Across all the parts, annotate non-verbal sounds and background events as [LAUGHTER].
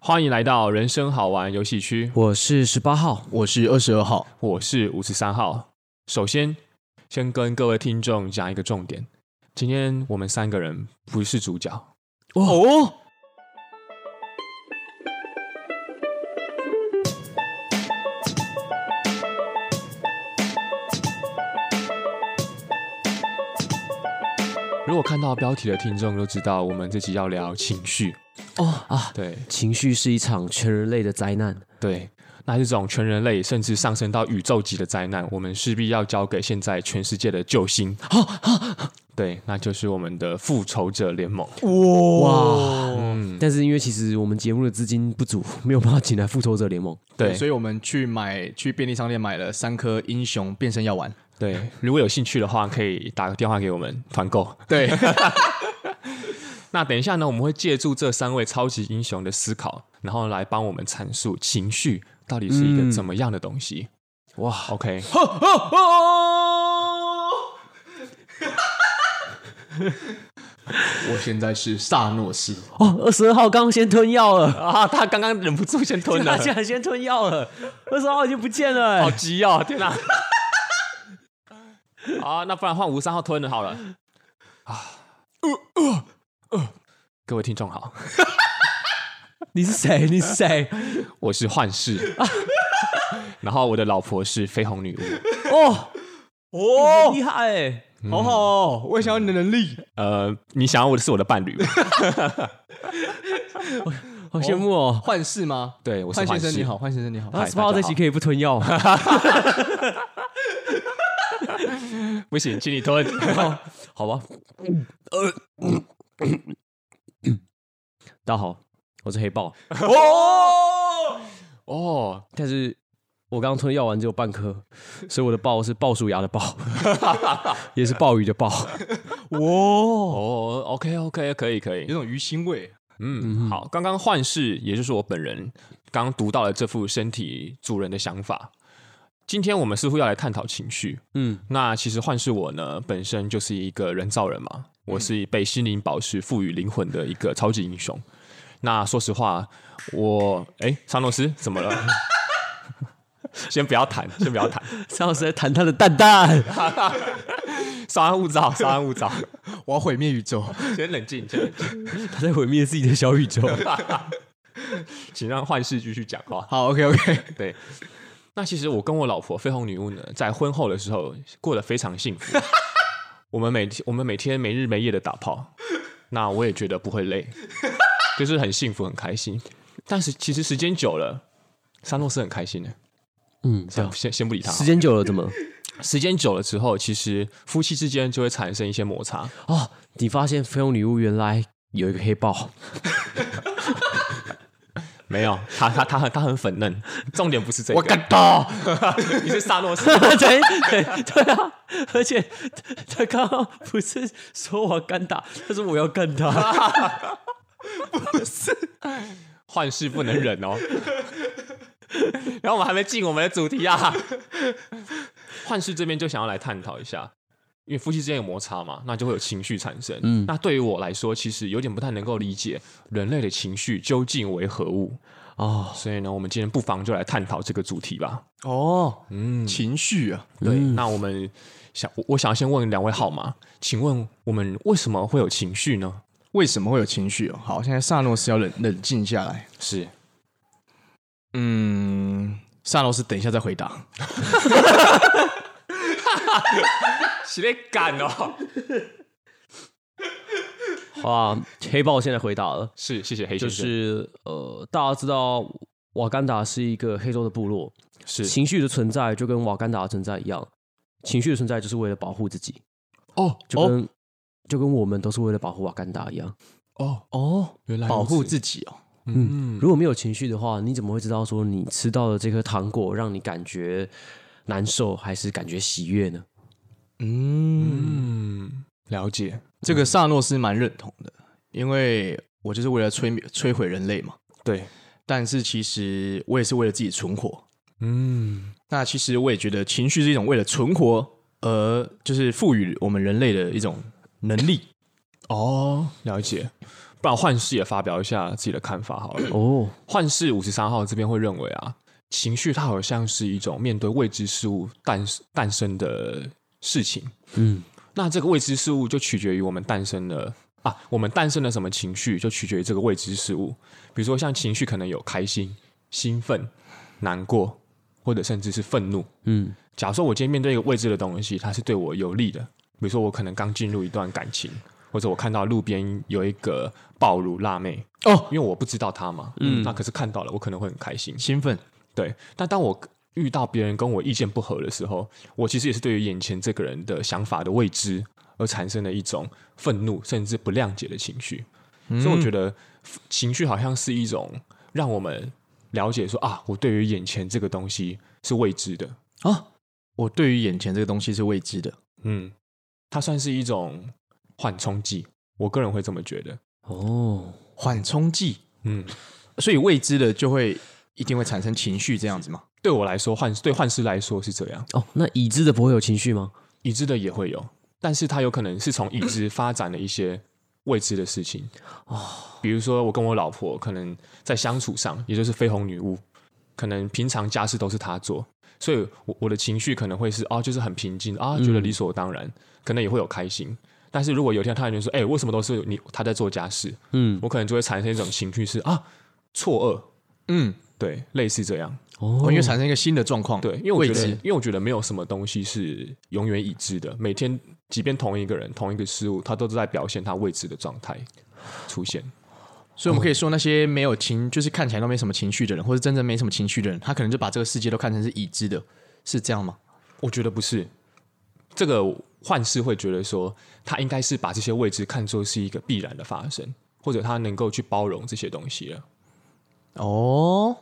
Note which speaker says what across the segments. Speaker 1: 欢迎来到人生好玩游戏区，
Speaker 2: 我是十八号，
Speaker 3: 我是二十二号，
Speaker 1: 我是五十三号。首先，先跟各位听众讲一个重点：今天我们三个人不是主角，
Speaker 2: 哦，
Speaker 1: 如果看到标题的听众都知道，我们这期要聊情绪。
Speaker 2: 哦啊，
Speaker 1: 对
Speaker 2: 情绪是一场全人类的灾难。
Speaker 1: 对，那这种全人类甚至上升到宇宙级的灾难，我们势必要交给现在全世界的救星。
Speaker 2: 哦啊
Speaker 1: 对，那就是我们的复仇者联盟。
Speaker 3: 哦
Speaker 2: 哇
Speaker 1: 嗯，
Speaker 2: 但是因为其实我们节目的资金不足，没有办法请来复仇者联盟。
Speaker 1: 对
Speaker 3: 所以我们去买去便利商店买了三颗英雄变身药丸，
Speaker 1: 对，如果有兴趣的话，可以打个电话给我们团购。
Speaker 3: 对， [LAUGHS]
Speaker 1: 那等一下呢，我们会借助这三位超级英雄的思考，然后来帮我们阐述情绪到底是一个怎么样的东西。
Speaker 2: 哇，
Speaker 1: OK， [LAUGHS]
Speaker 3: 我现在是萨诺斯，
Speaker 2: 哦，二十二号刚先吞药了，
Speaker 3: 哦
Speaker 1: 啊，他刚刚忍不住先吞了
Speaker 2: [LAUGHS] 他，竟然先吞药了，二十二号已经不见了、
Speaker 1: 好
Speaker 2: 欸。
Speaker 1: 急哦，天哪！啊，那不然换吴三号吞了好了。啊，呃呃呃，各位听众好，
Speaker 2: 你是谁？你是谁？
Speaker 3: [LAUGHS]
Speaker 1: 我是幻视，然后我的老婆是绯红女巫。
Speaker 2: 哦哦，厉害、欸！
Speaker 3: 好好哦，我也想要你的能力。
Speaker 1: 呃，你想要我的是我的伴侣吗？
Speaker 2: 好羡慕哦。
Speaker 3: 幻视吗？
Speaker 1: 对，我是
Speaker 3: 幻
Speaker 1: 幻
Speaker 3: 先
Speaker 1: 视
Speaker 3: 生你好，幻先生你好，
Speaker 2: 啊，
Speaker 1: 嗨
Speaker 2: 十八号
Speaker 1: 大家
Speaker 2: 这
Speaker 1: 好
Speaker 2: 期可以不吞
Speaker 3: [LAUGHS]
Speaker 2: 药，
Speaker 1: 不行，请你吞。
Speaker 2: 好吧？
Speaker 3: 嗯
Speaker 2: 大家好，我是黑豹，
Speaker 1: 哦哦，
Speaker 2: 但是我刚刚吞药丸只有半颗，所以我的豹是豹鼠牙的豹， [LAUGHS] 也是鲍鱼的鲍。
Speaker 1: 哦，OK OK，可以可以
Speaker 3: 有，种鱼腥味。
Speaker 1: 嗯，好，刚刚幻视，也就是我本人，刚读到了这副身体主人的想法。今天我们似乎要来探讨情绪。
Speaker 2: 嗯，
Speaker 1: 那其实幻视我呢，本身就是一个人造人嘛，我是被心灵宝石赋予灵魂的一个超级英雄。那说实话，我哎，桑诺斯怎么了？ [LAUGHS] 先不要谈，先不要谈， [LAUGHS]
Speaker 2: 张老师在谈他的蛋蛋。
Speaker 1: 稍安勿躁，稍安勿躁，
Speaker 3: 我要毁灭宇宙，
Speaker 1: 先冷静，先冷静，
Speaker 2: 他在毁灭自己的小宇宙。
Speaker 1: 请让幻视继续讲话。
Speaker 3: 好，OK OK，
Speaker 1: 对，那其实我跟我老婆绯红女巫呢，在婚后的时候过得非常幸福。 [LAUGHS] 我们每天我们每天没日没夜的打炮，那我也觉得不会累，就是很幸福很开心。但是其实时间久了，沙诺斯很开心的，
Speaker 2: 嗯，这样。
Speaker 1: 先先不理他好了。
Speaker 2: 时间久了怎么？
Speaker 1: 啊时间久了之后，其实夫妻之间就会产生一些摩擦。
Speaker 2: 哦，你发现菲佣女巫原来有一个黑豹。 [LAUGHS]
Speaker 1: 没有，他他他很他很粉嫩，重点不是这个。
Speaker 3: [LAUGHS] 我感到
Speaker 1: 你是沙诺斯， [LAUGHS]
Speaker 2: 对对对啊！而且他刚刚不是说我要干他，他说我要干他。
Speaker 1: 幻视不能忍哦。 [LAUGHS] 然后我们还没进我们的主题啊，幻视这边就想要来探讨一下，因为夫妻之间有摩擦嘛，那就会有情绪产生。嗯，那对于我来说，其实有点不太能够理解人类的情绪究竟为何物，
Speaker 2: 哦
Speaker 1: 所以呢，我们今天不妨就来探讨这个主题吧。
Speaker 2: 哦，
Speaker 1: 嗯，
Speaker 3: 情绪啊，
Speaker 1: 对，那我们想，我我想先问两位号码，请问我们为什么会有情绪呢？
Speaker 3: 为什么会有情绪哦？好，现在萨诺斯要冷冷静下来。
Speaker 1: 是
Speaker 3: 嗯，萨诺斯等一下再回答。
Speaker 1: 是被赶哦，
Speaker 2: 哇！黑豹现在回答了，
Speaker 1: 是谢谢黑
Speaker 2: 就
Speaker 1: 先生，
Speaker 2: 是呃，大家知道瓦干达是一个黑洲的部落，
Speaker 1: 是
Speaker 2: 情绪的存在就跟瓦干达的存在一样，情绪的存在就是为了保护自己，
Speaker 3: 哦
Speaker 2: 就跟、就跟我们都是为了保护瓦干达一样。
Speaker 1: 哦，
Speaker 3: 哦，
Speaker 1: 原来
Speaker 3: 保护
Speaker 1: 己，
Speaker 3: 自己哦。
Speaker 1: 嗯
Speaker 2: 如果没有情绪的话，你怎么会知道说你吃到的这颗糖果让你感觉难受还是感觉喜悦呢？
Speaker 3: 嗯，
Speaker 1: 嗯，了解，
Speaker 3: 这个萨诺斯蛮认同的，因为我就是为了摧灭摧毁人类嘛。
Speaker 1: 对，
Speaker 3: 但是其实我也是为了自己存活。
Speaker 1: 嗯，
Speaker 3: 那其实我也觉得情绪是一种为了存活而就是赋予我们人类的一种能力。
Speaker 1: 哦，了解。不然幻视也发表一下自己的看法 [COUGHS] 好了。
Speaker 2: 哦，
Speaker 1: 幻视五十三号这边会认为啊，情绪它好像是一种面对未知事物诞诞生的事情。
Speaker 2: 嗯，
Speaker 1: 那这个未知事物就取决于我们诞生了啊，我们诞生了什么情绪，就取决于这个未知事物。比如说，像情绪可能有开心、兴奋、难过，或者甚至是愤怒。
Speaker 2: 嗯，
Speaker 1: 假如说我今天面对一个未知的东西，它是对我有利的，比如说我可能刚进入一段感情，或者我看到路边有一个爆乳辣妹，
Speaker 3: 哦，
Speaker 1: 因为我不知道她嘛，嗯，那可是看到了，我可能会很开心。
Speaker 3: 兴奋，
Speaker 1: 对，但当我遇到别人跟我意见不合的时候，我其实也是对于眼前这个人的想法的未知而产生了一种愤怒甚至不谅解的情绪。
Speaker 3: 嗯
Speaker 1: 所以我觉得情绪好像是一种让我们了解说啊，我对于眼前这个东西是未知的，
Speaker 3: 啊，我对于眼前这个东西是未知的，
Speaker 1: 嗯，它算是一种缓冲剂，我个人会这么觉得。
Speaker 2: 哦，
Speaker 3: 缓冲剂，
Speaker 1: 嗯，
Speaker 3: 所以未知的就会一定会产生情绪，这样子嘛？
Speaker 1: 对我来说，幻对幻视来说是这样，
Speaker 2: 哦，那已知的不会有情绪吗？
Speaker 1: 已知的也会有，但是它有可能是从已知发展了一些未知的事情哦，比如说我跟我老婆可能在相处上，也就是绯红女巫，可能平常家事都是她做，所以我我的情绪可能会是啊，就是很平静啊，觉得理所当然，可能也会有开心。但是如果有一天他就说，哎、为什么都是你她在做家事？
Speaker 2: 嗯，
Speaker 1: 我可能就会产生一种情绪是啊，错愕，
Speaker 3: 嗯，
Speaker 1: 对，类似这样。
Speaker 2: 哦，
Speaker 3: 我因为产生一个新的状况，
Speaker 1: 对，因为我
Speaker 3: 未
Speaker 1: 觉得，
Speaker 3: 知
Speaker 1: 因为我觉得没有什么东西是永远已知的。每天，即便同一个人、同一个事物，他都是在表现他未知的状态出现。
Speaker 3: 所以我们可以说那些没有情，就是看起来都没什么情绪的人，或者真正没什么情绪的人，他可能就把这个世界都看成是已知的，是这样吗？
Speaker 1: 我觉得不是，这个幻视会觉得说，他应该是把这些未知看作是一个必然的发生，或者他能够去包容这些东西了。
Speaker 3: 哦，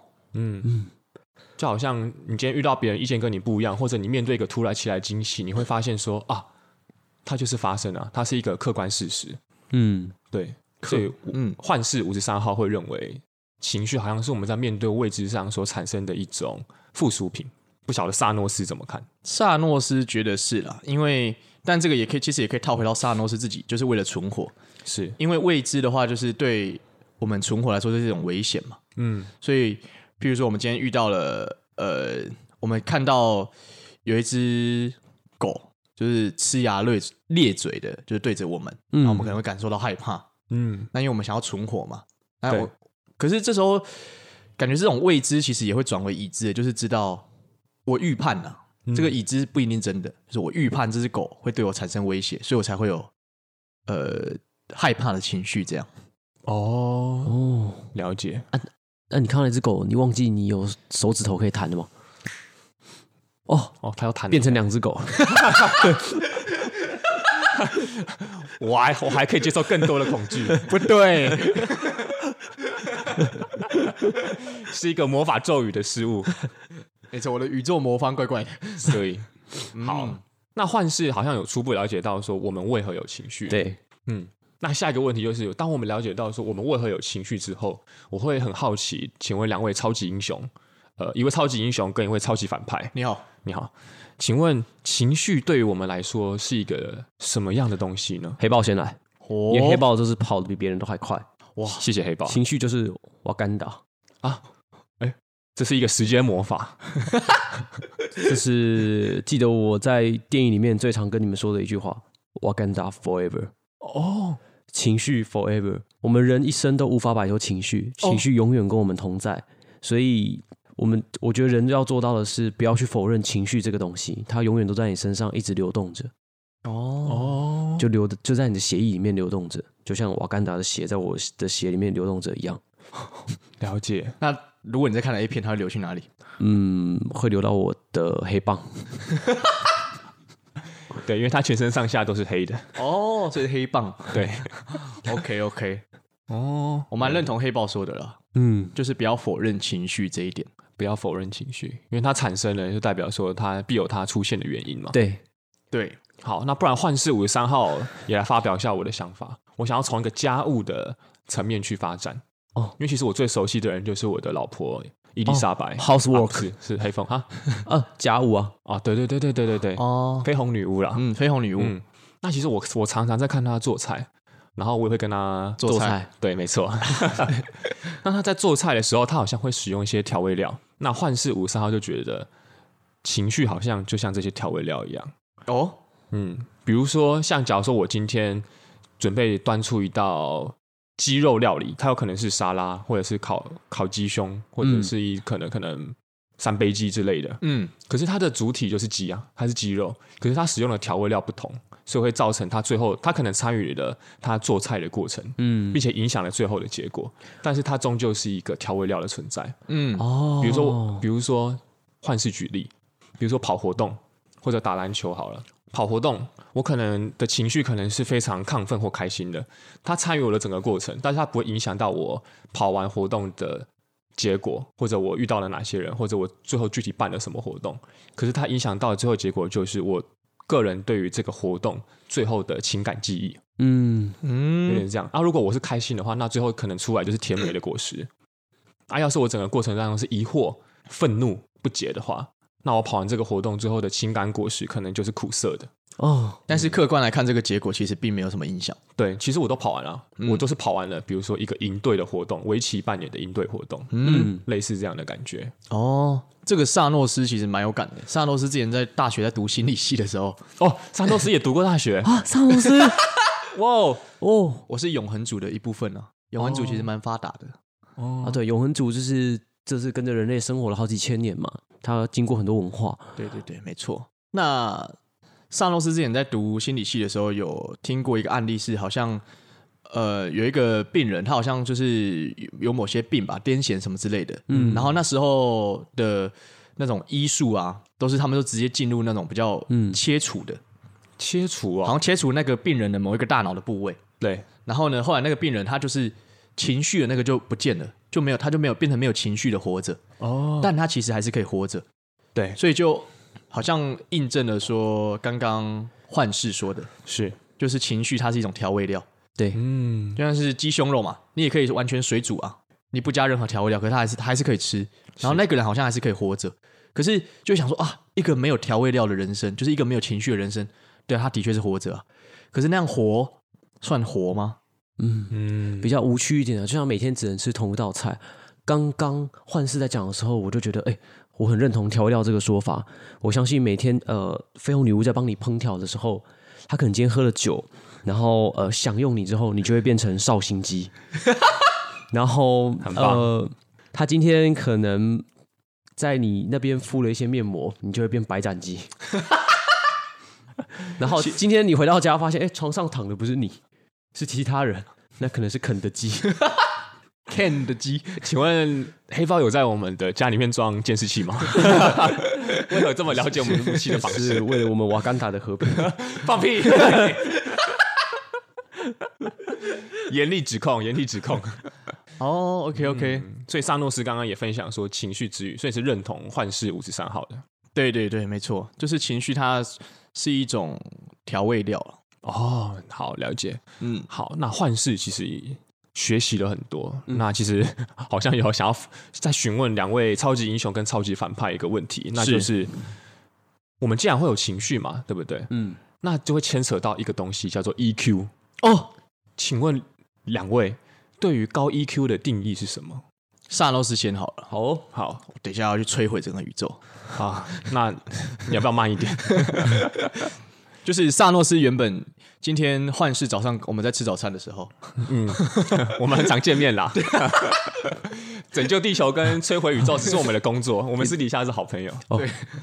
Speaker 1: 就好像你今天遇到别人意见跟你不一样，或者你面对一个突然起来的惊喜，你会发现说啊，它就是发生了、它是一个客观事实。
Speaker 2: 嗯，
Speaker 1: 对，所以
Speaker 3: 嗯
Speaker 1: 嗯，幻视五十三号会认为情绪好像是我们在面对未知上所产生的一种附属品。不晓得萨诺斯怎么看？
Speaker 3: 萨诺斯觉得是啦，因为但这个也可以，其实也可以套回到萨诺斯自己，就是为了存活，
Speaker 1: 是，
Speaker 3: 因为未知的话，就是对我们存活来说就是一种危险嘛。
Speaker 1: 嗯
Speaker 3: 所以，譬如说我们今天遇到了，呃，我们看到有一只狗，就是呲牙咧咧嘴的，就是对着我们，然后我们可能会感受到害怕。
Speaker 1: 嗯，
Speaker 3: 那因为我们想要存活嘛，那
Speaker 1: 对
Speaker 3: 我可是这时候感觉这种未知其实也会转为已知的，就是知道我预判了、这个已知不一定真的，就是我预判这只狗会对我产生威胁，所以我才会有呃害怕的情绪。这样
Speaker 1: 哦，
Speaker 2: 哦，
Speaker 1: 了解。
Speaker 2: 那你看到那只狗，你忘记你有手指头可以弹了吗？哦，
Speaker 1: 哦，他要谈
Speaker 2: 变成两只 [LAUGHS] 狗，
Speaker 1: 我还我还可以接受更多的恐惧，
Speaker 3: 不对，
Speaker 2: [LAUGHS]
Speaker 1: 是一个魔法咒语的失误。
Speaker 3: 没错，我的宇宙魔方怪怪的。
Speaker 1: 所以，好，那幻视好像有初步了解到说我们为何有情绪。
Speaker 2: 对，
Speaker 1: 嗯，那下一个问题就是，当我们了解到说我们为何有情绪之后，我会很好奇，请问两位超级英雄，呃，一位超级英雄跟一位超级反派，
Speaker 3: 你好，
Speaker 1: 你好，请问情绪对于我们来说是一个什么样的东西呢？
Speaker 2: 黑豹先来，
Speaker 3: 哦
Speaker 2: 因为黑豹就是跑得比别人都还快，
Speaker 1: 哇，谢谢黑豹，啊
Speaker 2: 情绪就是瓦干达，
Speaker 1: 这是一个时间魔法，
Speaker 2: 就是记得我在电影里面最常跟你们说的一句话：瓦干达 forever。
Speaker 1: 哦，
Speaker 2: 情绪 forever。我们人一生都无法摆脱情绪，
Speaker 1: 哦
Speaker 2: 情绪永远跟我们同在。所以，我们我觉得人要做到的是，不要去否认情绪这个东西，它永远都在你身上一直流动着，
Speaker 3: 哦，
Speaker 1: 哦，
Speaker 2: 就流的就在你的血液里面流动着，就像瓦干达的血在我的血里面流动着一样。
Speaker 1: 了解，
Speaker 3: 那如果你在看了 A 片，它会流去哪里？
Speaker 2: 嗯，会流到我的黑棒。
Speaker 1: 对，因为他全身上下都是黑 [LAUGHS] 的，
Speaker 3: 哦，所以黑棒。
Speaker 1: 对，
Speaker 3: OK OK，
Speaker 1: 哦，
Speaker 3: 我蛮认同黑豹说的啦，
Speaker 2: 嗯，
Speaker 3: 就是不要否认情绪这一点。
Speaker 1: 不要否认情绪，因为它产生了，就代表说它必有它出现的原因嘛。
Speaker 2: 对，
Speaker 3: 对，
Speaker 1: 好，那不然幻视五十三号也来发表一下我的想法。我想要从一个家务的层面去发展
Speaker 2: 哦
Speaker 1: 因为其实我最熟悉的人就是我的老婆伊丽莎白、
Speaker 3: 哦
Speaker 2: ，housework
Speaker 1: 啊不是是黑风哈
Speaker 2: 啊，家务啊，
Speaker 1: 啊，对对对对对对对，
Speaker 3: 哦，
Speaker 1: 绯红女巫啦。
Speaker 3: 嗯，绯红女巫，
Speaker 1: 嗯，那其实我我常常在看她做菜，然后我也会跟他
Speaker 3: 做
Speaker 2: 做
Speaker 3: 菜
Speaker 2: 菜，
Speaker 1: 对，没错。那他在做菜的时候，他好像会使用一些调味料。那幻视五三号就觉得情绪好像就像这些调味料一样，
Speaker 3: 哦，
Speaker 1: 嗯，比如说像假如说我今天准备端出一道鸡肉料理，它有可能是沙拉，或者是烤烤鸡胸，或者
Speaker 2: 嗯
Speaker 1: 是一可能可能三杯鸡之类的，
Speaker 3: 嗯，
Speaker 1: 可是它的主体就是鸡啊，它是鸡肉，可是它使用的调味料不同，所以会造成它最后它可能参与了它做菜的过程，
Speaker 2: 嗯
Speaker 1: 并且影响了最后的结果，但是它终究是一个调味料的存在。
Speaker 3: 嗯，
Speaker 2: 哦，
Speaker 1: 比如说我，比如说换是举例，比如说跑活动或者打篮球好了。跑活动，我可能的情绪可能是非常亢奋或开心的，它参与我的整个过程，但是它不会影响到我跑完活动的结果，或者我遇到了哪些人，或者我最后具体办了什么活动。可是它影响到的最后结果就是我个人对于这个活动最后的情感记忆，
Speaker 2: 嗯
Speaker 1: 有
Speaker 3: 嗯，
Speaker 1: 点这样。啊，如果我是开心的话，那最后可能出来就是甜美的果实。啊，要是我整个过程当中是疑惑、愤怒、不解的话，那我跑完这个活动最后的情感果实可能就是苦涩的。
Speaker 2: 哦，
Speaker 3: 但是客观来看，这个结果其实并没有什么影响。
Speaker 1: 对，其实我都跑完了，
Speaker 3: 嗯
Speaker 1: 我都是跑完了，比如说一个营队的活动，为期半年的营队活动，
Speaker 3: 嗯，
Speaker 2: 嗯，
Speaker 1: 类似这样的感觉。
Speaker 3: 哦，这个萨诺斯其实蛮有感的。萨诺斯之前在大学在读心理系的时候，
Speaker 1: 哦，山豆师也读过大学
Speaker 3: [LAUGHS]
Speaker 2: 啊，萨姆 [LAUGHS] 斯
Speaker 1: 哇哦，
Speaker 2: 哦
Speaker 3: 我是永恒组的一部分啊。永恒组其实蛮发达的，
Speaker 1: 哦
Speaker 2: 啊，对，永恒族就是这是跟着人类生活了好几千年嘛，它经过很多文化，
Speaker 3: 哦对对对，没错。那萨诺斯之前在读心理系的时候，有听过一个案例是，好像呃有一个病人，他好像就是有有某些病吧，癫痫什么之类的。嗯，然后那时候的那种医术啊，都是他们都直接进入那种比较
Speaker 2: 嗯
Speaker 3: 切除的，
Speaker 1: 切除
Speaker 3: 好
Speaker 1: 哦，
Speaker 3: 像切除那个病人的某一个大脑的部位。
Speaker 1: 对，
Speaker 3: 然后呢，后来那个病人他就是情绪的那个就不见了，就没有他就没有变成没有情绪的活着，
Speaker 1: 哦，
Speaker 3: 但他其实还是可以活着，
Speaker 1: 对，
Speaker 3: 所以就好像印证了说刚刚幻视说的，
Speaker 1: 是，
Speaker 3: 就是情绪它是一种调味料，
Speaker 2: 对，
Speaker 1: 嗯，
Speaker 3: 就像是鸡胸肉嘛，你也可以完全水煮啊，你不加任何调味料，可是它还是它还是可以吃，然后那个人好像还是可以活着，可是就想说啊，一个没有调味料的人生，就是一个没有情绪的人生，对、啊，他的确是活着啊，可是那样活算活吗？
Speaker 2: 嗯，
Speaker 1: 嗯
Speaker 2: 比较无趣一点的，啊就像每天只能吃同一道菜。刚刚幻视在讲的时候，我就觉得，哎、我很认同调味料这个说法。我相信每天，呃，绯红女巫在帮你烹调的时候，她可能今天喝了酒，然后呃享用你之后，你就会变成绍
Speaker 1: [LAUGHS]
Speaker 2: 兴鸡。然后
Speaker 1: 很棒
Speaker 2: 呃，她今天可能在你那边敷了一些面膜，你就会变白
Speaker 1: [LAUGHS]
Speaker 2: 斩鸡。然后今天你回到家发现，哎、床上躺的不是你，是其他人，那可能是肯德基。
Speaker 3: can 的鸡，
Speaker 1: 请问黑豹有在我们的家里面装监视器
Speaker 2: [LAUGHS]
Speaker 1: 吗？为何这么了解我们武器的方
Speaker 2: 是
Speaker 1: 式？
Speaker 2: 为了我们瓦干达的和
Speaker 1: [LAUGHS]
Speaker 2: 平。
Speaker 1: 放
Speaker 2: [LAUGHS]
Speaker 1: 屁！严厉指控，严厉指控。
Speaker 3: 哦，OK OK，、
Speaker 1: 所以萨诺斯刚刚也分享说，情绪之语，所以是认同幻视五十三号的
Speaker 3: 对对对，没错，就是情绪它是一种调味料啊了。
Speaker 1: 哦。好，了解。
Speaker 3: 嗯，
Speaker 1: 好，那幻视其实学习了很多，那其实 [LAUGHS] 好像有想要再询问两位超级英雄跟超级反派一个问题，那就是我们既然会有情绪嘛，对不对？
Speaker 2: 嗯，
Speaker 1: 那就会牵扯到一个东西，叫做 EQ。
Speaker 3: 哦，
Speaker 1: 请问两位对于高 EQ 的定义是什么？
Speaker 3: 萨诺斯先好了，
Speaker 2: 好、哦，
Speaker 1: 好
Speaker 3: 我等一下要去摧毁整个宇宙。
Speaker 1: 啊，那你要不要慢一点？
Speaker 3: 就是萨诺斯原本今天幻视早上我们在吃早餐的时候，
Speaker 1: [LAUGHS] 我们很常见面啦。拯救地球跟摧毁宇宙只是我们的工作， [LAUGHS] 我们私底下是好朋友。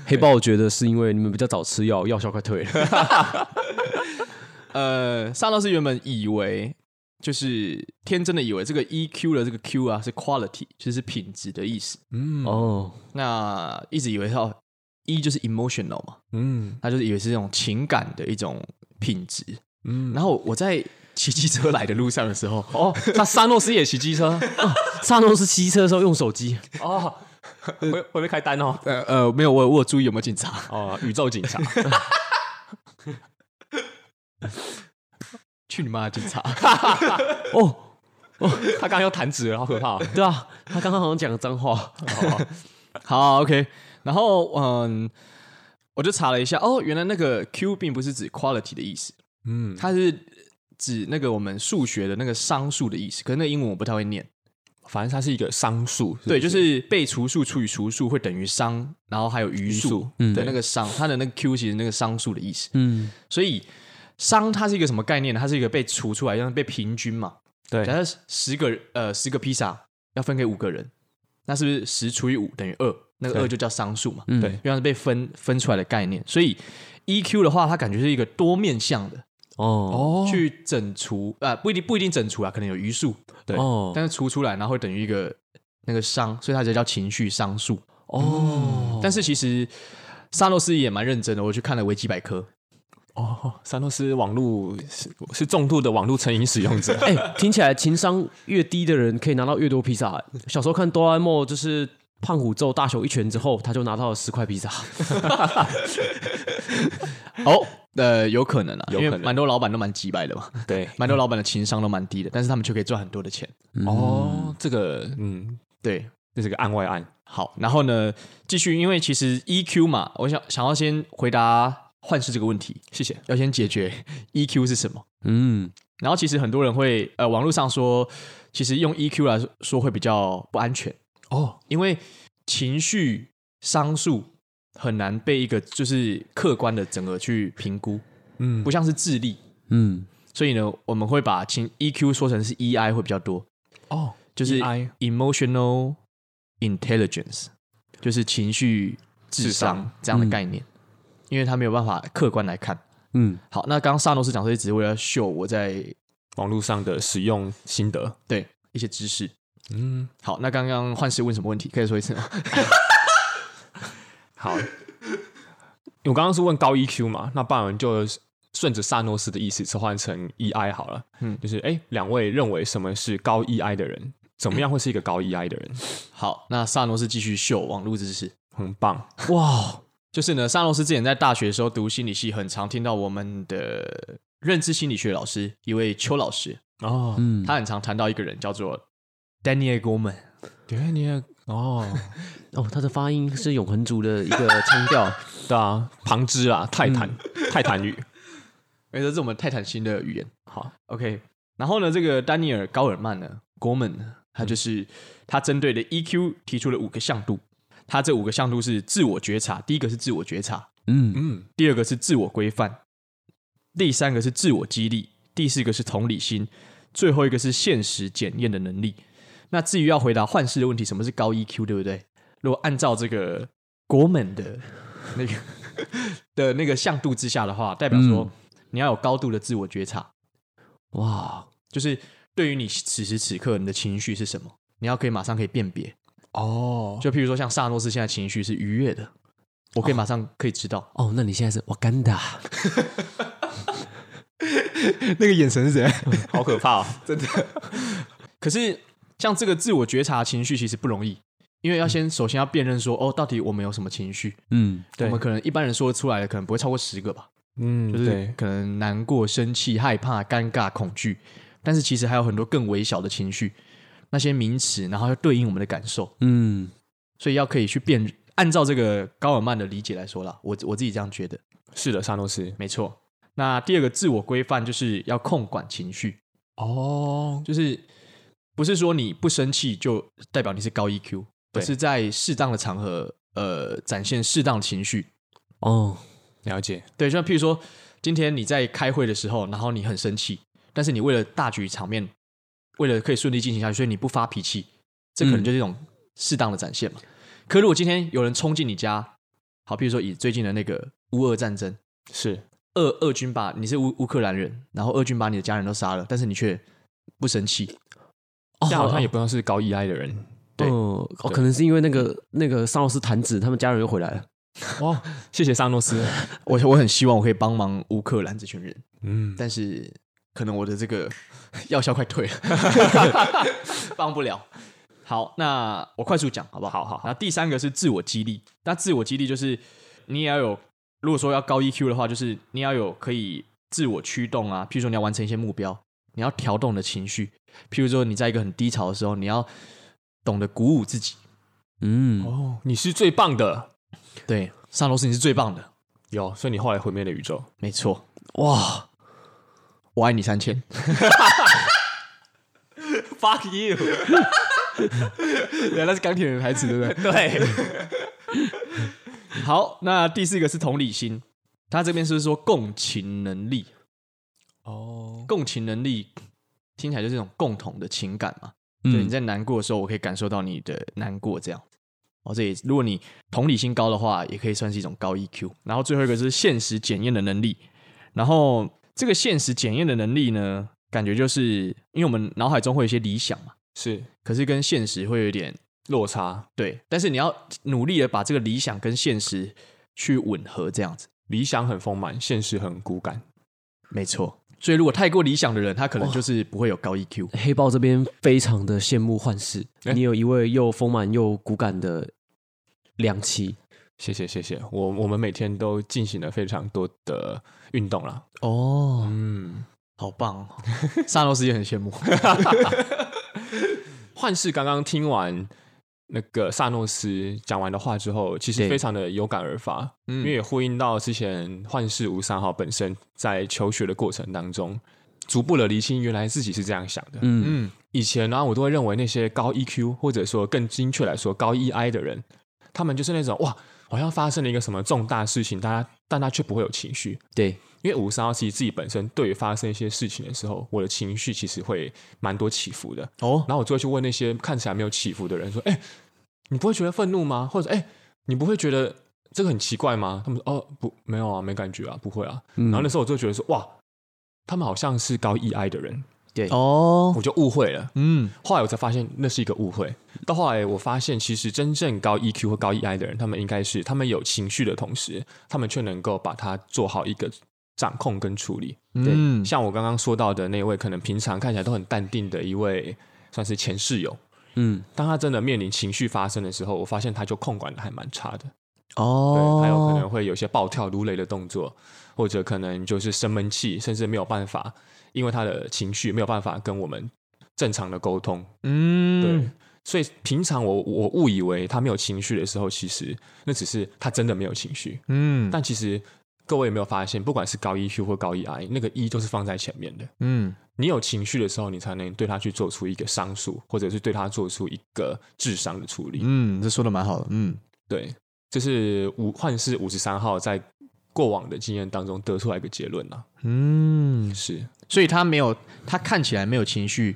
Speaker 2: 黑豹觉得是因为你们比较早吃药，药效快退了。
Speaker 3: 呃，萨诺斯原本以为就是天真的以为这个 EQ 的这个 Q 啊是 quality，就是品质的意思。
Speaker 1: 嗯
Speaker 2: 哦，
Speaker 3: 那一直以为哦，E 就是 emotional 嘛，
Speaker 1: 嗯
Speaker 3: 他就是以为是这种情感的一种品质。
Speaker 1: 嗯。
Speaker 3: 然后我在骑机车来的路上的时候，
Speaker 1: 哦，那沙诺斯也骑机车
Speaker 2: 萨诺斯骑车的时候用手机，
Speaker 1: 哦，会会不会开单哦？
Speaker 3: [LAUGHS] 呃呃，没有，我有我有注意有没有警察，
Speaker 1: 哦，宇宙警察，
Speaker 3: [LAUGHS] 去你妈的警察！ [LAUGHS]
Speaker 2: 哦，
Speaker 1: 他刚刚又弹指了，好可怕哦！
Speaker 2: 对啊，他刚刚好像讲了脏话。
Speaker 3: 好，OK，然后嗯，我就查了一下，哦，原来那个 Q 并不是指 quality 的意思，
Speaker 1: 嗯，
Speaker 3: 它是指那个我们数学的那个商数的意思，可是那个英文我不太会念。
Speaker 1: 反正它是一个商数，不
Speaker 3: 对，就是被除数除以除数会等于商，然后还有余
Speaker 1: 余
Speaker 3: 数嗯
Speaker 1: 数
Speaker 3: 的那个商，它的那个 Q 其实那个商数的意思。
Speaker 2: 嗯，
Speaker 3: 所以商它是一个什么概念呢？它是一个被除出来，像被平均嘛。
Speaker 1: 对
Speaker 3: 假设十个人呃十个披萨要分给五个人，那是不是十除以五等于二？那个
Speaker 1: 对
Speaker 3: 二就叫商数嘛。
Speaker 2: 嗯
Speaker 1: 对，
Speaker 3: 因为它是被分分出来的概念，所以 EQ 的话，它感觉是一个多面向的，
Speaker 2: 哦
Speaker 1: 哦去
Speaker 3: 去整除啊、呃不一定不一定整除啊，可能有余数，
Speaker 1: 对
Speaker 2: 哦
Speaker 3: 但是除出来，然后会等于一个那个商，所以它才叫情绪商数。
Speaker 2: 哦，，
Speaker 3: 但是其实沙洛斯也蛮认真的，我去看了维基百科，
Speaker 1: 哦，三诺斯网络是是重度的网络成瘾使用者
Speaker 2: 哎、听起来情商越低的人可以拿到越多披萨、哎小时候看哆啦 A 梦就是。胖虎揍大雄一拳之后，他就拿到了十块披萨。
Speaker 3: 哦，呃，有可能啊，
Speaker 1: 有可
Speaker 3: 因
Speaker 1: 能
Speaker 3: 为蛮多老板都蛮鸡掰的嘛，
Speaker 1: [LAUGHS] 对，
Speaker 3: 蛮多老板的情商都蛮低的，但是他们却可以赚很多的钱。
Speaker 1: 哦，这个嗯，
Speaker 3: 对，
Speaker 1: 这是个案外案，
Speaker 3: 好，然后呢，继续，因为其实 EQ 嘛，我想想要先回答幻视这个问题，
Speaker 1: 谢谢。
Speaker 3: 要先解决 [LAUGHS] EQ 是什么。
Speaker 2: 嗯，
Speaker 3: 然后其实很多人会呃，网络上说，其实用 EQ 来说说会比较不安全哦，因为情绪商数很难被一个就是客观的整个去评估，
Speaker 1: 嗯
Speaker 3: 不像是智力，
Speaker 2: 嗯，
Speaker 3: 所以呢，我们会把情 EQ 说成是 EI 会比较多，
Speaker 1: 哦，
Speaker 3: 就是
Speaker 1: EI
Speaker 3: emotional intelligence，就是情绪智
Speaker 1: 智商
Speaker 3: 商这样的概念，因为它没有办法客观来看。
Speaker 2: 嗯，
Speaker 3: 好，那刚刚萨诺斯讲这些，只是为了秀我在
Speaker 1: 网络上的使用心得，
Speaker 3: 对一些知识。
Speaker 1: 嗯，
Speaker 3: 好，那刚刚幻视问什么问题？可以说一次吗？ [LAUGHS]
Speaker 1: 好，我刚刚是问高 EQ 嘛，那不然我们就顺着萨诺斯的意思，是换成 EI 好了。
Speaker 3: 嗯
Speaker 1: 嗯，就是哎，两位认为什么是高 EI 的人？怎么样会是一个高 EI 的人？
Speaker 3: 好，那萨诺斯继续秀网络知识。
Speaker 1: 很棒，
Speaker 3: 哇，就是呢，萨诺斯之前在大学的时候读心理系，很常听到我们的认知心理学老师一位邱老师，
Speaker 1: 哦，
Speaker 2: 嗯，
Speaker 3: 他很常谈到一个人叫做 Daniel Goleman。
Speaker 1: 对，你也哦，
Speaker 2: 哦，他的发音是永恒族的一个腔调。
Speaker 1: 对啊，旁支啊，泰坦，泰坦语，
Speaker 3: 哎，这是我们泰坦星的语言。
Speaker 1: 好，
Speaker 3: OK，然后呢，这个丹尼尔·高尔曼呢，Goleman 呢，他就是他针对的 EQ 提出了五个向度。他这五个向度是自我觉察，第一个是自我觉察，
Speaker 2: 嗯
Speaker 1: 嗯，
Speaker 3: 第二个是自我规范，第三个是自我激励，第四个是同理心，最后一个是现实检验的能力。那至于要回答幻视的问题，什么是高 EQ，对不对？如果按照这个国门的那个的那个向度之下的话，代表说你要有高度的自我觉察，
Speaker 2: 哇，
Speaker 3: 就是对于你此时此刻你的情绪是什么，你要可以马上可以辨别。
Speaker 1: 哦，
Speaker 3: 就譬如说像萨诺斯现在情绪是愉悦的，我可以马上可以知道。
Speaker 2: 哦，那你现在是瓦干达？
Speaker 3: 那个眼神是怎样？
Speaker 1: 好可怕哦，
Speaker 3: 可是像这个自我觉察情绪其实不容易，
Speaker 1: 嗯
Speaker 3: 因为要先首先要辨认说，哦，到底我们有什么情绪？
Speaker 2: 嗯，
Speaker 3: 我
Speaker 1: 对
Speaker 3: 们可能一般人说出来的可能不会超过十个吧，
Speaker 1: 嗯，
Speaker 3: 就
Speaker 1: 对
Speaker 3: 是可能难过、生气、害怕、尴尬、恐惧，但是其实还有很多更微小的情绪，那些名词，然后要对应我们的感受，
Speaker 2: 嗯，
Speaker 3: 所以要可以去辨。按照这个高尔曼的理解来说啦，我我自己这样觉得，
Speaker 1: 是的，萨诺斯，
Speaker 3: 没错。那第二个自我规范就是要控管情绪，
Speaker 1: 哦，
Speaker 3: 就是不是说你不生气就代表你是高 EQ，而
Speaker 1: 对
Speaker 3: 是在适当的场合，呃，展现适当的情绪。
Speaker 2: 哦，
Speaker 1: 了解，
Speaker 3: 对，就像譬如说，今天你在开会的时候，然后你很生气，但是你为了大局场面，为了可以顺利进行下去，所以你不发脾气，这可能就是一种适当的展现嘛。可如果今天有人冲进你家，好，譬如说以最近的那个乌俄战争，
Speaker 1: 是
Speaker 3: 俄俄军把你是乌乌克兰人，然后俄军把你的家人都杀了，但是你却不生气，
Speaker 2: 哦
Speaker 1: 这样好像也不算是高 EI 的人
Speaker 3: 对
Speaker 2: 哦，哦
Speaker 3: 对
Speaker 2: 可能是因为那个那个萨老斯弹指，他们家人又回来了。
Speaker 1: 哦。谢谢萨诺斯，
Speaker 3: 我我很希望我可以帮忙乌克兰这群人，
Speaker 1: 嗯，
Speaker 3: 但是可能我的这个 [LAUGHS] 药效快退了， [LAUGHS] 帮不了。好，那我快速讲好不好？好好。那第三个是自我激励，那自我激励就是你也要有，如果说要高 EQ 的话，就是你要有可以自我驱动啊，譬如说你要完成一些目标，你要调动你的情绪，譬如说你在一个很低潮的时候，你要懂得鼓舞自己。
Speaker 2: 嗯，
Speaker 1: 哦，你是最棒的，
Speaker 3: 对，上楼是你是最棒的，
Speaker 1: 有，所以你后来毁灭了宇宙，
Speaker 3: 没错。
Speaker 2: 哇，
Speaker 3: 我爱你三千，
Speaker 1: [LAUGHS] Fuck
Speaker 3: [LAUGHS]
Speaker 1: you！
Speaker 3: 对，那是钢铁人的台词，对不对？
Speaker 1: [LAUGHS] 对，
Speaker 3: [LAUGHS] 好，那第四个是同理心，他这边是说共情能力，
Speaker 1: 哦，
Speaker 3: 共情能力听起来就是一种共同的情感嘛。就你
Speaker 2: 嗯，
Speaker 3: 在难过的时候，我可以感受到你的难过，这样。哦，这也如果你同理心高的话，也可以算是一种高 EQ。然后最后一个是现实检验的能力，然后这个现实检验的能力呢，感觉就是因为我们脑海中会有一些理想嘛，
Speaker 1: 是
Speaker 3: 可是跟现实会有点
Speaker 1: 落差，
Speaker 3: 对，但是你要努力的把这个理想跟现实去吻合，这样子。
Speaker 1: 理想很丰满，现实很骨感。
Speaker 3: 没错，所以如果太过理想的人，他可能就是不会有高 E EQ。
Speaker 2: 黑豹这边非常的羡慕幻视，
Speaker 1: 哎
Speaker 2: 你有一位又丰满又骨感的两栖
Speaker 1: 谢谢谢谢，我我们每天都进行了非常多的运动啦。
Speaker 2: 哦，
Speaker 1: 嗯，
Speaker 3: 好棒、哦，沙罗斯也很羡慕。
Speaker 1: 幻视刚刚听完那个萨诺斯讲完的话之后，其实
Speaker 2: 对
Speaker 1: 非常的有感而发，
Speaker 3: 嗯
Speaker 1: 因为也呼应到之前幻视吴三号本身在求学的过程当中，逐步的厘清原来自己是这样想的。
Speaker 2: 嗯，
Speaker 3: 嗯，
Speaker 1: 以前啊呢、我都会认为那些高 EQ 或者说更精确来说高 EI 的人，他们就是那种哇，好像发生了一个什么重大事情，大家但他却不会有情绪。
Speaker 2: 对，
Speaker 1: 因为五三号其实自己本身对于发生一些事情的时候，我的情绪其实会蛮多起伏的。
Speaker 3: 哦，
Speaker 1: 然后我就会去问那些看起来没有起伏的人说：“哎、你不会觉得愤怒吗？或者哎、你不会觉得这个很奇怪吗？”他们说：“哦，不，没有啊，没感觉啊，不会啊。
Speaker 2: 嗯
Speaker 1: 然后那时候我就觉得说：“哇，他们好像是高 EI 的人，
Speaker 3: 哦，
Speaker 1: 我就误会了。”
Speaker 3: 嗯，
Speaker 1: 后来我才发现那是一个误会。到后来我发现，其实真正高 EQ 或高 EI 的人，他们应该是他们有情绪的同时，他们却能够把它做好一个掌控跟处理。
Speaker 3: 嗯，
Speaker 1: 像我刚刚说到的那位，可能平常看起来都很淡定的一位，算是前室友。
Speaker 2: 嗯，
Speaker 1: 当他真的面临情绪发生的时候，我发现他就控管的还蛮差的，
Speaker 2: 哦
Speaker 1: 对，他有可能会有一些暴跳如雷的动作，或者可能就是生闷气，甚至没有办法，因为他的情绪没有办法跟我们正常的沟通，
Speaker 3: 嗯，
Speaker 1: 对，所以平常我我误以为他没有情绪的时候，其实那只是他真的没有情绪。
Speaker 3: 嗯，
Speaker 1: 但其实各位有没有发现，不管是高 EQ 或高 EI，那个 E 都是放在前面的。
Speaker 3: 嗯，
Speaker 1: 你有情绪的时候，你才能对他去做出一个商数，或者是对他做出一个智商的处理。
Speaker 3: 嗯，这说的蛮好的，嗯，
Speaker 1: 对，这是五幻视五十三号在过往的经验当中得出来一个结论啦、
Speaker 3: 嗯，
Speaker 1: 是
Speaker 3: 所以他没有，他看起来没有情绪，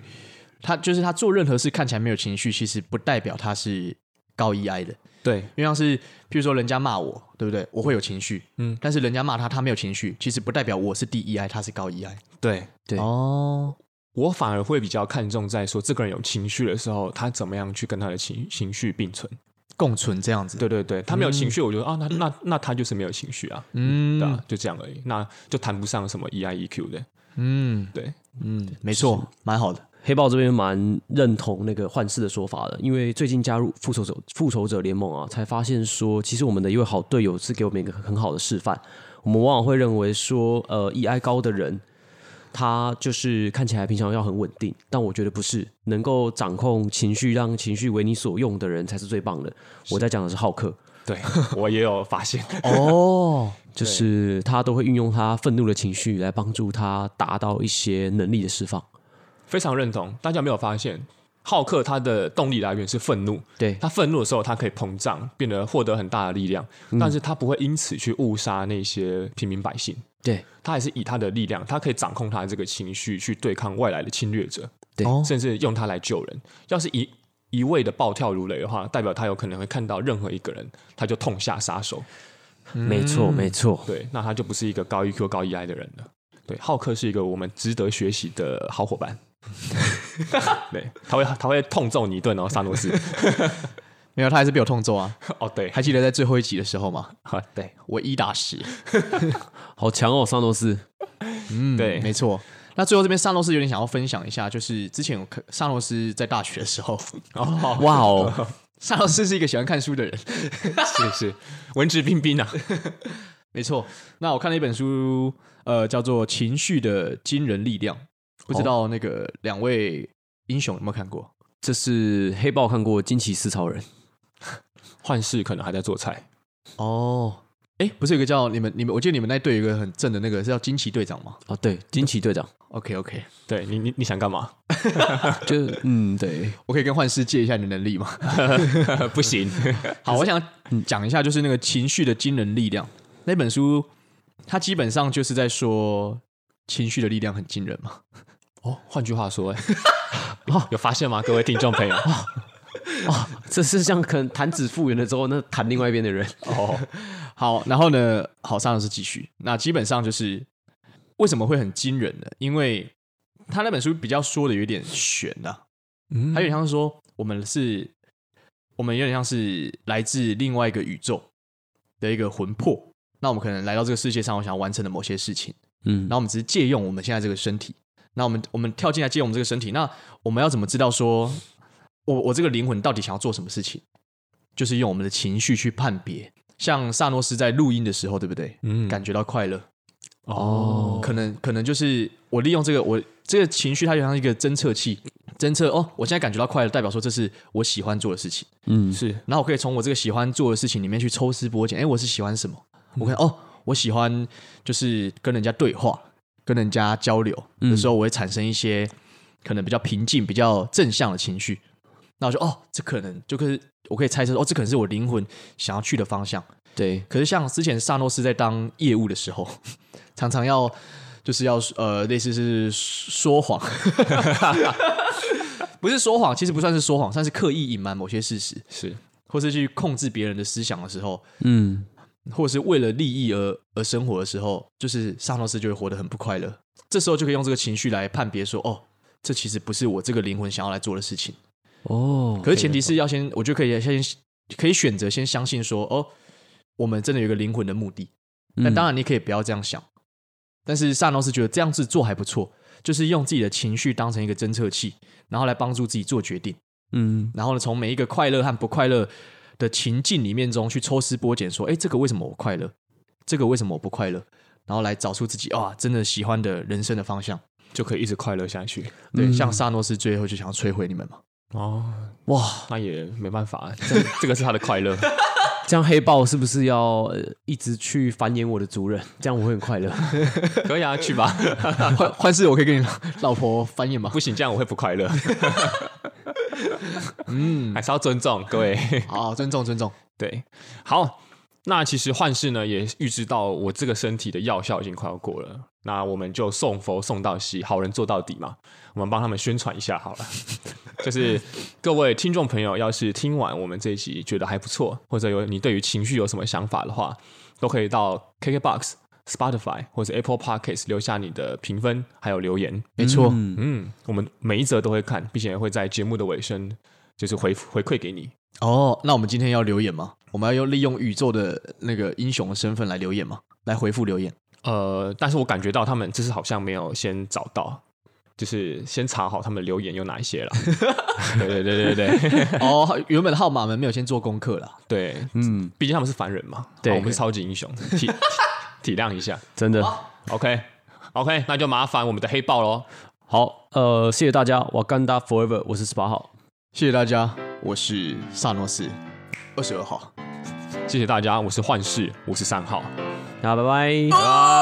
Speaker 3: 他就是他做任何事看起来没有情绪，其实不代表他是高 EI 的，
Speaker 1: 对，
Speaker 3: 因为像是譬如说人家骂我，对不对？我会有情绪，
Speaker 1: 嗯，
Speaker 3: 但是人家骂他，他没有情绪，其实不代表我是低 EI，他是高 E EI。
Speaker 1: 对，
Speaker 2: 对
Speaker 3: 哦，
Speaker 1: 我反而会比较看重在说这个人有情绪的时候，他怎么样去跟他的情情绪并存。
Speaker 3: 共存这样子，
Speaker 1: 对，对对，他没有情绪，我觉得啊，那那那他就是没有情绪啊，对
Speaker 3: 嗯
Speaker 1: 啊，就这样而已，那就谈不上什么 E I E Q 的，
Speaker 3: 嗯
Speaker 1: 对，
Speaker 3: 嗯，没错，蛮好的，
Speaker 2: 黑豹这边蛮认同那个幻视的呃说法的，因为最近加入复仇者复仇者联盟啊，才发现说，其实我们的一位好队友是给我们一个很好的示范。我们往往会认为说，呃，EI 高的人，他就是看起来平常要很稳定，但我觉得不是，能够掌控情绪，让情绪为你所用的人才是最棒的。我在讲的是浩克，
Speaker 1: 对我也有发现，
Speaker 3: [LAUGHS] 哦，
Speaker 2: 就是他都会运用他愤怒的情绪来帮助他达到一些能力的释放。
Speaker 1: 非常认同。大家有没有发现，浩克他的动力来源是愤怒，
Speaker 2: 对，
Speaker 1: 他愤怒的时候，他可以膨胀，变得获得很大的力量，
Speaker 3: 嗯
Speaker 1: 但是他不会因此去误杀那些平民百姓，
Speaker 2: 对，
Speaker 1: 他还是以他的力量，他可以掌控他的这个情绪去对抗外来的侵略者，
Speaker 2: 对
Speaker 3: 哦
Speaker 1: 甚至用他来救人。要是一一味的暴跳如雷的话，代表他有可能会看到任何一个人，他就痛下杀手。
Speaker 2: 没错，没错。
Speaker 1: 对，那他就不是一个高 EQ 高 EI 的人了。对，浩克是一个我们值得学习的好伙 [LAUGHS] 伴。对，他会他会痛揍你一顿哦，萨诺 [LAUGHS] 斯。
Speaker 3: 没有，他还是被我痛揍啊。
Speaker 1: 哦，对，
Speaker 3: 还记得在最后一集的时候吗？
Speaker 1: 啊对，
Speaker 3: 我一打十，
Speaker 2: 好强哦，桑诺斯。
Speaker 3: 嗯，
Speaker 1: 对
Speaker 3: 没错。那最后这边萨洛斯有点想要分享一下，就是之前有看萨洛斯在大学的
Speaker 1: [LAUGHS]
Speaker 3: 时候，
Speaker 1: 哦，
Speaker 2: 哇
Speaker 1: [LAUGHS]
Speaker 2: 哦，
Speaker 3: 萨洛斯是一个喜欢看书的人，
Speaker 1: 是是，文质彬彬啊。
Speaker 3: 没错。那我看了一本书，呃，叫做《情绪的惊人力量》，不知道那个两位英雄有没有看过？
Speaker 2: 这是黑豹看过《惊奇四超人》
Speaker 1: 幻视可能还在做菜，
Speaker 3: 哦，哎、不是有个叫你们你们，我记得你们那队有一个很正的那个是叫惊奇队长吗
Speaker 2: 啊，对，惊奇队长，
Speaker 3: ？OK OK，
Speaker 1: 对你你你想干嘛？
Speaker 2: 就是嗯，对，
Speaker 3: 我可以跟幻视借一下你的能力吗？
Speaker 1: 呃不 [LAUGHS] 行，
Speaker 3: 好，我想嗯讲一下，就是那个情绪的惊人力量那本书，它基本上就是在说情绪的力量很惊人嘛。
Speaker 1: 哦，换句话 [LAUGHS] 说、欸，有发现吗，各位听众朋友？
Speaker 2: 这是像可能弹指复原了之后，那弹另外一边的
Speaker 3: [LAUGHS]
Speaker 2: 人，
Speaker 1: 哦，
Speaker 3: 好，然后呢，好，上老师继续。那基本上就是为什么会很惊人呢？因为他那本书比较说的有点悬呐、
Speaker 1: [LAUGHS] 嗯
Speaker 3: 它有点像是说我们是，我们有点像是来自另外一个宇宙的一个魂魄。那我们可能来到这个世界上，我想要完成的某些事情。
Speaker 2: 嗯
Speaker 3: 然后我们只是借用我们现在这个身体，那我们我们跳进来借用我们这个身体，那我们要怎么知道说，我我这个灵魂到底想要做什么事情？就是用我们的情绪去判别。像萨诺斯在录音的时候，对不对？
Speaker 1: 嗯
Speaker 3: 感觉到快乐，
Speaker 1: 哦，
Speaker 3: 可能可能就是我利用这个我这个情绪，它就像一个侦测器，侦测哦，我现在感觉到快乐，代表说这是我喜欢做的事情。
Speaker 2: 嗯，
Speaker 1: 是
Speaker 3: 然后我可以从我这个喜欢做的事情里面去抽丝剥茧，哎，我是喜欢什么？我看哦，我喜欢就是跟人家对话，跟人家交流的时候，我会产生一些可能比较平静、比较正向的情绪。那我就哦，这可能就可以，我可以猜测哦，这可能是我灵魂想要去的方向。
Speaker 2: 对，
Speaker 3: 可是像之前萨诺斯在当业务的时候， [LAUGHS] 常常要就是要呃，类似是说谎， [LAUGHS] 不是说谎，其实不算是说谎，算是刻意隐瞒某些事实。
Speaker 1: 是，
Speaker 3: 或是去控制别人的思想的时候，
Speaker 2: 嗯，
Speaker 3: 或者是为了利益而而生活的时候，就是萨诺斯就会活得很不快乐。这时候就可以用这个情绪来判别说，哦，这其实不是我这个灵魂想要来做的事情。
Speaker 2: 哦，
Speaker 3: 可是前提是要先，我觉得可以先可以选择先相信说，哦，我们真的有一个灵魂的目的。但当
Speaker 2: 然，
Speaker 3: 然你可以不要这样想，但是萨诺斯觉得这样子做还不错，就是用自己的情绪当成一个侦测器，然后来帮助自己做决定。
Speaker 2: 嗯，
Speaker 3: 然后呢，从每一个快乐和不快乐的情境里面中去抽丝剥茧，说，哎，这个为什么我快乐？这个为什么我不快乐？然后来找出自己啊，真的喜欢的人生的方向。
Speaker 1: 就可以一直快乐下去。
Speaker 3: 对，
Speaker 2: 嗯
Speaker 3: 像萨诺斯最后就想要摧毁你们嘛。 [LAUGHS]
Speaker 1: 哦，
Speaker 2: 哇，
Speaker 1: 那也没办法，啊 [LAUGHS] 这这个是他的快乐。
Speaker 2: 这样黑豹是不是要呃一直去繁衍我的族人？ [LAUGHS] 这样我会很快乐。
Speaker 1: 可以啊，去吧。 [LAUGHS]
Speaker 3: 换换是我可以跟你老婆翻译吗？
Speaker 1: 不行，这样我会不快乐。 [LAUGHS] 嗯，还是要尊重各位。
Speaker 3: 好，尊重尊重。
Speaker 1: 对，好，那其实幻视呢也预知到我这个身体的药效已经快要过了，那我们就送佛送到西，好人做到底嘛，我们帮他们宣传一下好了。 [LAUGHS] 就是各位听众朋友，要是听完我们这一集觉得还不错，或者有你对于情绪有什么想法的话，都可以到 KKBOX、Spotify 或者 Apple Podcasts 留下你的评分还有留言。
Speaker 3: 没错，
Speaker 1: 嗯，我们每一则都会看，并且会在节目的尾声就是回回馈给你。
Speaker 3: 哦，那我们今天要留言吗？我们要用利用宇宙的那个英雄的身份来留言吗？来回复留言。
Speaker 1: 呃，但是我感觉到他们这次好像没有先找到，就是先查好他们留言有哪一些
Speaker 2: [LAUGHS]
Speaker 1: 了。对对对对对
Speaker 3: [LAUGHS] 哦，原本的号码们没有先做功课啦。
Speaker 1: 对，
Speaker 2: 嗯，
Speaker 1: 毕竟他们是凡人嘛，
Speaker 2: 对
Speaker 1: 啊我们是超级英
Speaker 2: [LAUGHS]
Speaker 1: 雄，体体体谅一下。
Speaker 2: 真的
Speaker 1: OK OK，那就麻烦我们的黑豹喽。
Speaker 2: 好，呃，谢谢大家，瓦干达 forever，我是十八号，
Speaker 3: 谢谢大家，我是萨诺斯，二十二号。
Speaker 1: 谢谢大家，我是幻视，我是三号。
Speaker 2: 那拜拜。
Speaker 3: 拜。